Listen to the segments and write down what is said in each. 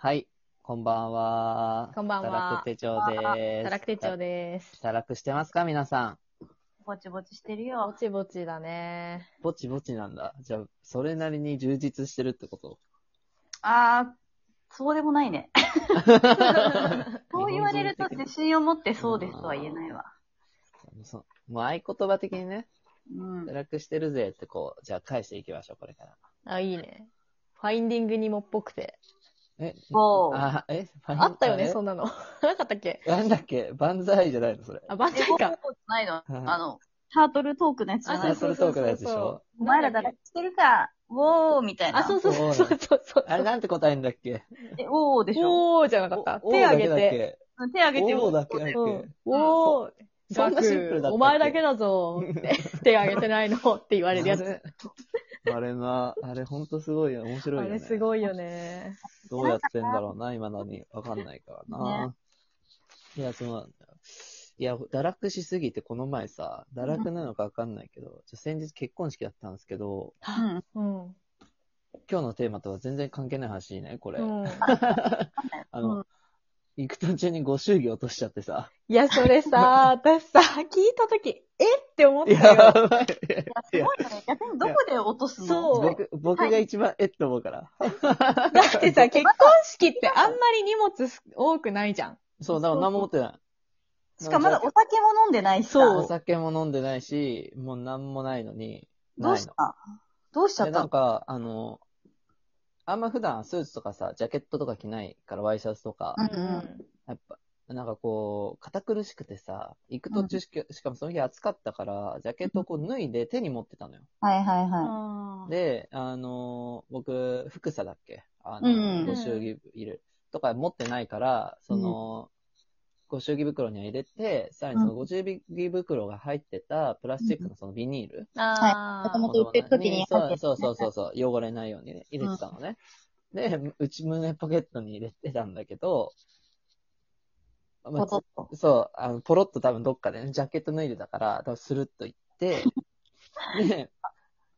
はい、こんばんは。こんばんはたらく手帳です。タラク手帳です。たらくしてますか、皆さぼちぼちしてるぼよ。ちぼちだね。ん。ぼちぼちなんだ。じゃあ、それなりに充実してるってことあー、そうでもないね。 そう言われると自信を持ってそうですとは言えないわ。そもう合言葉的にね、うんた。らくしてるぜってこう、じゃあ返していきましょう、これから。あ、いいね。ファインディングにもっぽくて。え、そう。あ、え、ファインあったよね、えそんなの。なかったっけなんだっけ万歳じゃないの、それ。あ、バえ、カこんなか。ことないのうんあの、タートルトークのやつじゃないあのそれトークのやつでしょお前らだらけしてるか、ウォーみたいな。あ、そうそうそうそうそうそう。あれ、なんて答えんだっけえ、ウォーでしょ。おーじゃなかった。お手おあだげ。けだってけ手挙げておだけだっけうんおー、そんなガクシンプルだったっけお前だけだぞって 手あげてないのって言われるやつ。あれ あれな、あれほんとすごいよ、面白いあよね。れすごいよね。どうやってんだろうな、今のに。わかんないからな。いや、そうなんだよ。いや、堕落しすぎて、この前さ、堕落なのかわかんないけど、じゃ先日結婚式だったんですけど、ううん。ん。今日のテーマとは全然関係ない話ね、これ。うん。あの、うん行く途中にご祝儀落としちゃってさ。いや、それさ、私さ、聞いたとき、えって思っいや、たよ。やばい。いすやごいよね。逆にどこで落とすのそう僕、僕が一番、えって思うから。 だってさ、結婚式ってあんまり荷物す多くないじゃん。そう、だから何も持ってない。しかもまだお酒も飲んでないしさ。そう。お酒も飲んでないし、もう何もないのに。どうしたどうしちゃでっなたんのか、あの、あんま普段スーツとかさ、ジャケットとか着ないから、ワイシャツとか、うんやっぱ、なんかこう、堅苦しくてさ、行く途中しか、しかもその日暑かったから、ジャケットをこう脱いで手に持ってたのよ。はいはいはあーで、あの、僕、福さだっけあの、うんご祝儀いる。とか持ってないから、その、ご祝儀袋には入れて、さらにそのうんご祝儀袋が入ってたプラスチックのそのビニール。あーもと売ってる時にそ入ってるねうそうそうそうそう、汚れないようにね、入れてたのね。で、内胸ポケットに入れてたんだけど、い。まポあトッと。そう、あの、ポロッと多分どっかでね、ジャケット脱いでたから、多分スルッと行 って、で、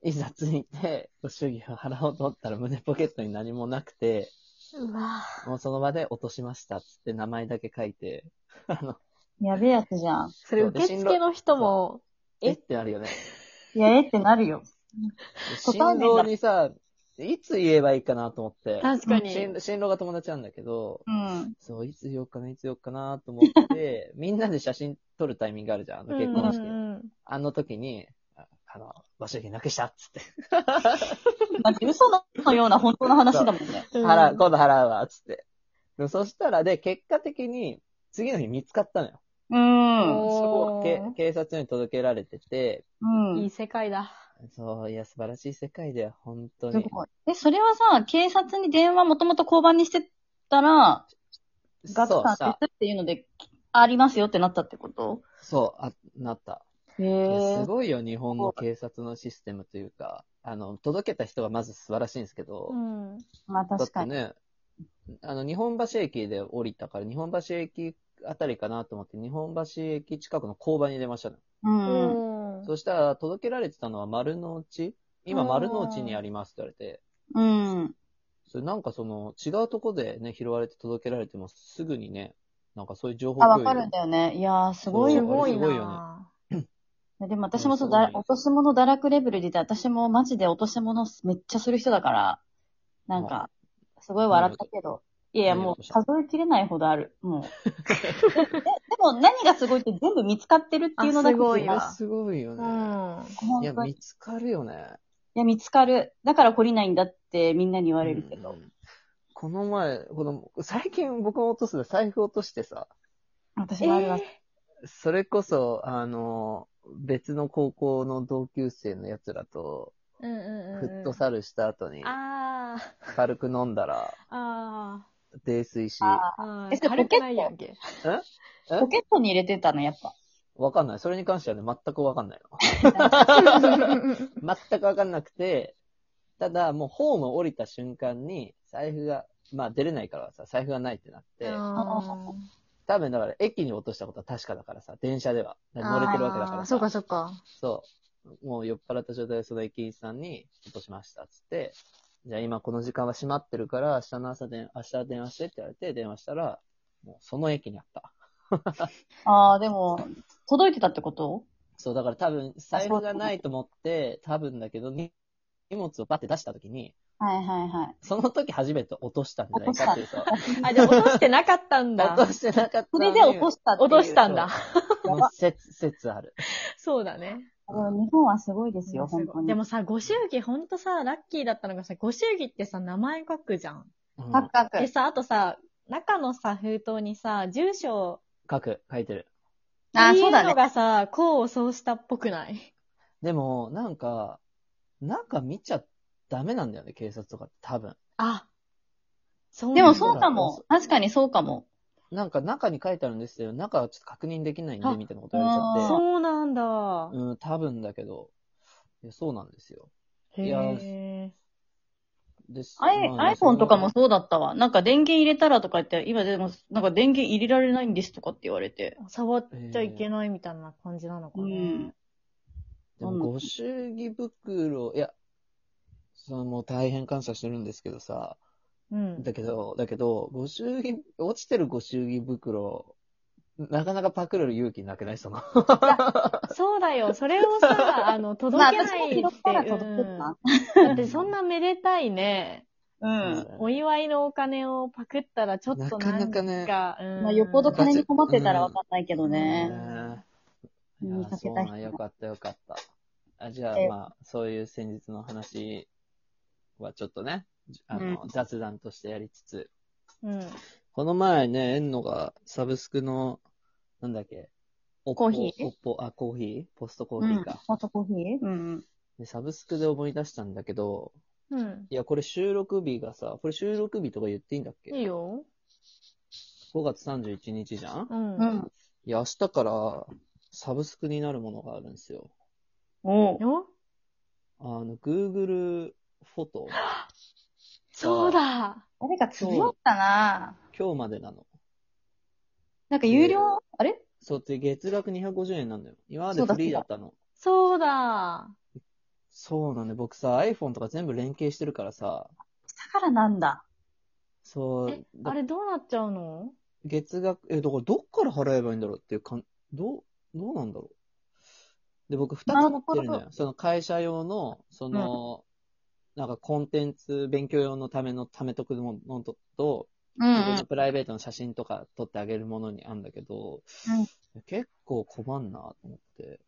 いざついて、ご祝儀を払おうと思ったら胸ポケットに何もなくて、うわもうその場で落としましたっつって名前だけ書いて、あの、やべえやつじゃん。それ受付の人も、ええってなるよね。いや、えってなるよ。初新対面だ郎にさ、いつ言えばいいかなと思って。確かに。新新郎が友達なんだけど、うん。そう、いつ言おうかな、いつ言おうかなと思って、みんなで写真撮るタイミングあるじゃん、あの結婚式。うんうんあの時に、ああの、場所なくしたっつって、なんか嘘のような本当の話だもんね。うん払う、今度払うわ、つって。でそしたら、で、結果的に、次の日見つかったのよ。うおん。ーそこをけ警察に届けられてて、うん。いい世界だ。そう、いや、素晴らしい世界だよ、本当すに。ごい。え、それはさ、警察に電話もともと交番にしてたら、ガそうクさんさで、すっていうので、ありますよってなったってことそう、あ、なった。すへえ。ごいよ、日本の警察のシステムというか、あの、届けた人がまず素晴らしいんですけど、うん。まあだっ確かてに。ね、あの、日本橋駅で降りたから、日本橋駅あたりかなと思って、日本橋駅近くの交番に出ましたね。うん。うんうんそしたら、届けられてたのは丸の内今、うん丸の内にありますって言われて、うん。それなんかその、違うとこでね、拾われて届けられても、すぐにね、なんかそういう情報あ、わ共有かるんだよね。いやー、すごいすよ。ごいすごいよな。いやでも私もそううんすごいだ、落とし物堕落レベルで言って、私もマジで落とし物めっちゃする人だから、なんか、すごい笑ったけど、いやいや、何をもう落とした数えきれないほどある。もう。 えでも何がすごいって全部見つかってるっていうのだあけすごそいれよすごいようね。ん。本いや、当に見つかるよね。いや、見つかる。だから懲りないんだってみんなに言われるけうど。んこの前、この、最近僕も落とすの財布落としてさ、私もあるわ。それこそ、あの、別の高校の同級生の奴らと、うんうんフうん。ットサルした後に、あ軽く飲んだら、あ、あ泥酔し、あーあー。えそれ軽くないやん け。えポケットに入れてたの、やっぱ。わかんない。それに関してはね、全くわかんない の。全くわかんなくて、ただ、もうホーム降りた瞬間に、財布が、まあ出れないからさ、財布がないってなって、あ多分だから駅に落としたことは確かだからさ、電車では。ー乗れてるわけだからあーさ。そうかそうか。そう。もう酔っ払った状態でその駅員さんに落としましたっつって、じゃあ今この時間は閉まってるから、明日の朝で、明日電話してって言われて電話したら、もうその駅にあった。ああ、でも、届いてたってことそう、だから多分、財布がないと思って、多分だけど、に荷物をバッて出した時に、はいはいはい。その時初めて落としたんじゃないかっていうさ。 あ、じゃあ落としてなかった ん落とだ。してなかったそのに。れで落としたっていう落としたんだ。もう説、 説ある。そうだね。でも日本はすごいですよ、本当に。でもさ、ご祝儀ほんとさ、ラッキーだったのがさ、ご祝儀ってさ、名前書くじゃん。うんカクカでク。さ、あとさ、中のさ、封筒にさ、住所書く、書いてる。あっあ、ていそううだのね。がさ、功を奏したっぽくないでも、なんか、中見ちゃダメなんだよね、警察とかって多分。あ、そうでなんもだそうかも。確かにそうかも。なんか中に書いてあるんですけど、中はちょっと確認できないんで、あみたいなこと言われちゃって。そうなんだ。うん、多分だけど、いやそうなんですよ。へいやえ。です。アイまあ iPhone とかもそうだったわ。なんか電源入れたらとか言って、今でも、なんか電源入れられないんですとかって言われて。触っちゃいけないみたいな感じなのかうねん。。でも、ご祝儀袋、いや、そのもう大変感謝してるんですけどさ、うん。だけど、だけど、ご祝儀、落ちてるご祝儀袋、なかなかパクる勇気なくないその。そうだよ。それをさ、あの、届 まあけ私なもいって。拾ったら届くうんな。だってそんなめでたいね。うん。お祝いのお金をパクったらちょっとなんか、なかなかねうんまあよっぽど金に困ってたらわかんないけどね。ねえ。い見や、かけそうた人なん、よかったよかった。あじゃあえ、まあ、そういう先日の話はちょっとね、あの、雑談としてやりつつ、うん。この前ね、遠野がサブスクの、なんだっけ、オッポコーヒーオッポあ、コーヒーポストコうーヒーん。か、ホットコーヒーうん。で。サブスクで思い出したんだけど、うん。いや、これ収録日がさ、これ収録日とか言っていいんだっけいいよ。 ?5 月31日じゃんうん。うん。いや、明日からサブスクになるものがあるんですよ。おうよあの、Google フォト、そうだ。誰かつぶやったな今日までなの。なんか有料、あれそうって月額250円なんだよ。今までそうだフリーだったの。そうだ。そうなんで、僕さ、iPhone とか全部連携してるからさ、だからなんだ。そうえ、、だあれどうなっちゃうの月額、え、だからどっから払えばいいんだろうっていうかん、どう、どうなんだろう。で、僕二つ持ってるのなるよ。その会社用の、その、なんかコンテンツ、勉強用のための、ためとくものと、とう自分の。プライベートの写真とか撮ってあげるものにあんだけど、結構困んなと思って。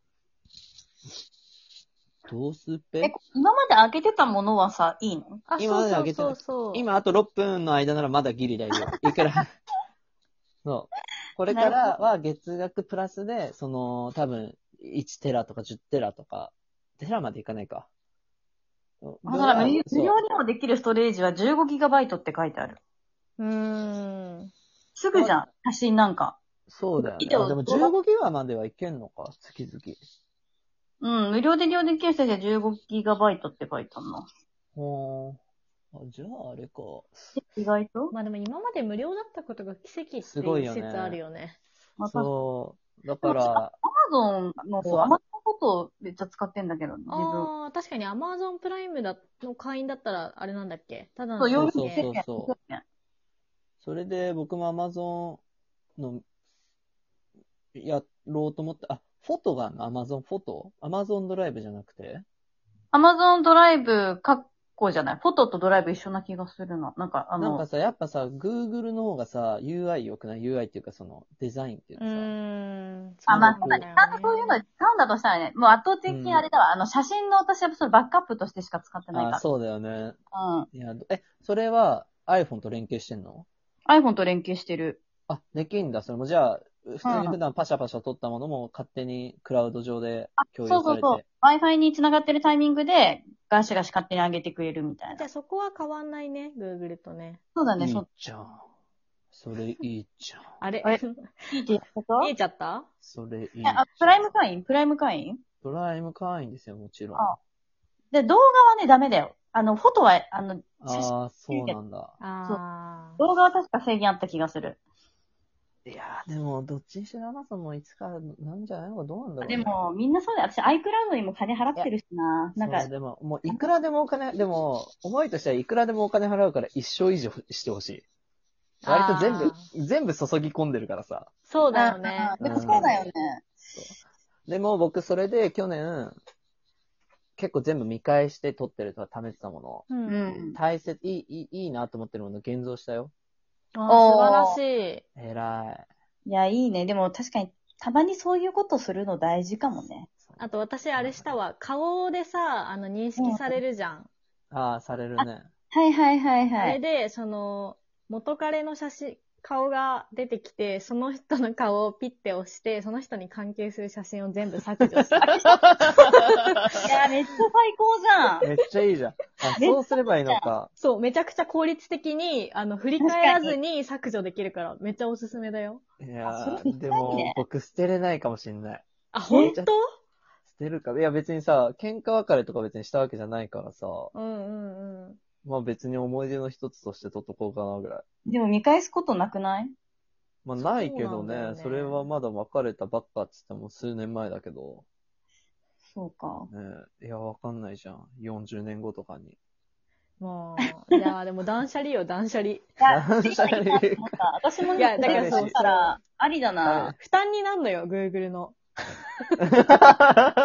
どうすっえぺ、今まで開けてたものはさ、いいのあ、今まで上げてそなうそうそう。今あと6分の間ならまだギリだよ。 いくら。そう。これからは月額プラスで、その、多分、1テラとか10テラとか、テラまでいかないか。あ、だから無料そう無料にもできるストレージは 15GB って書いてある。うーん。すぐじゃん、写真なんか。そうだよ以ね。上あでも15ギガまではいけんのか、月々。うん、無料で利用できる人で 15GB って書いてあるの。ほーん。あじゃああれか。意外とまあでも今まで無料だったことが奇跡ってすごいいうよね説あるよね。また、Amazon そう。だから、のそう Amazon のことめっちゃ使ってんだけど、自分。ああ、確かに Amazon プライムだの会員だったら、あれなんだっけただそのう、そ曜う日そう制そうそ限。うそれで僕も Amazon の、やろうと思って、あ、フォトがあんの Amazon フォト ?Amazon ドライブじゃなくて Amazon ドライブ、カッコじゃない。フォトとドライブ一緒な気がするの。なんか、あなんかの、さ、やっぱさ、Google の方がさ、UI 良くない ?UI っていうかその、デザインっていううかさ。ーん。あ、まあ、そうなだんかそういうの使うんだとしたらね、もう圧倒的にあれだわ。あの、写真の私はそれバックアップとしてしか使ってないあ、かそうだよね。ら。いや、え、それは iPhone と連携してんのうん。iPhone と連携してる。あ、できんだ。それもじゃあ、普通に普段パシャパシャ撮ったものも勝手にクラウド上で共有さそれうて。そうそう。Wi-Fi に繋がってるタイミングで、ガシガシ勝手に上げてくれるみたいじゃな。あそこは変わんないね、Google とね。そうだね、いいそう。じゃん。それいいじゃん。あれあれ見いいってことえちゃったそれいい。あ、プライム会員プライム会員ドライム会員ですよ、もちろん。あで、動画はね、ダメだよ。あの、フォトは、あの、ああ、そうなんだ。ああ。動画は確か制限あった気がする。いやーでも、どっちにしろアマゾンもいつかなんじゃないのかどうなんだろう、でね。も、みんなそうだよ。私、iCloud にも金払ってるしな。なんそうか、でも、もういくらでもお金、でも、思いとしてはいくらでもお金払うから一生以上してほしい。割と全あ部、全部注ぎ込んでるからさ。そうだよね。あーでもそうだよね。でも僕それで去年、結構全部見返して撮ってるとか貯めてたもの、う。うんん。大切、いい、いいいいなと思ってるもの現像したよ。あおー素晴らしい。偉い。いや、いいね。でも確かに、たまにそういうことするの大事かもね。あと私、あれしたわ。顔でさ、あの、認識されるじゃん。ああ、されるね。はいはいはいあはれい。で、その、元彼の写真、顔が出てきて、その人の顔をピッて押して、その人に関係する写真を全部削除 した。いや、めっちゃ最高じゃん。めっちゃいいじゃん。あ、そうすればいいのか。そう、めちゃくちゃ効率的に、あの、振り返らずに削除できるから、めっちゃおすすめだよ。いあそやれーでいねも、僕捨てれないかもしんない。あ、ほんちゃと捨てるか。いや、別にさ、喧嘩別れとか別にしたわけじゃないからさ、うんうんうん。まあ別に思い出の一つとして取っとこうかなぐらい。でも見返すことなくないまあないけどそうなんだよね、ねそれはまだ別れたばっかっつっても数年前だけど、そうか。ねえ、いや、わかんないじゃん。40年後とかに。もう、いやーでも断捨離よ、断捨 離。いや、断捨離いいなと思った私もいやね、かだらそうそうしたら、ありだな。負担になるのよ、Google の。ある程度は、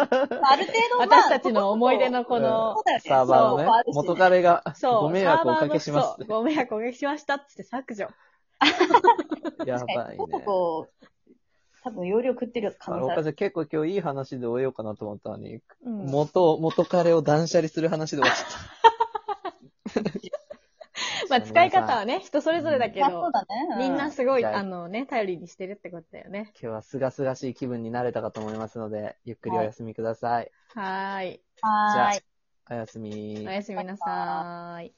私たちの思い出のこのそう、だよね。サーバーのねそうある、し元彼が、そう、ご迷惑をおかけしまサーバーすのそうご迷惑をおかけしましたっつって削除。って。や確かばにいちょっとね。こう、多分容量食ってる可あ能性あ岡る。さん結構今日いい話で終えようかなと思ったのに、うん元、元彼を断捨離する話で終わっちゃった。まあ、使い方はね、人それぞれだけまあそどう、だね。うみんなすごい、じゃああのね、頼りにしてるってことだよね。今日はすがすがしい気分になれたかと思いますので、ゆっくりお休みください。はーい。はーい。おやすみおやすみなさーい。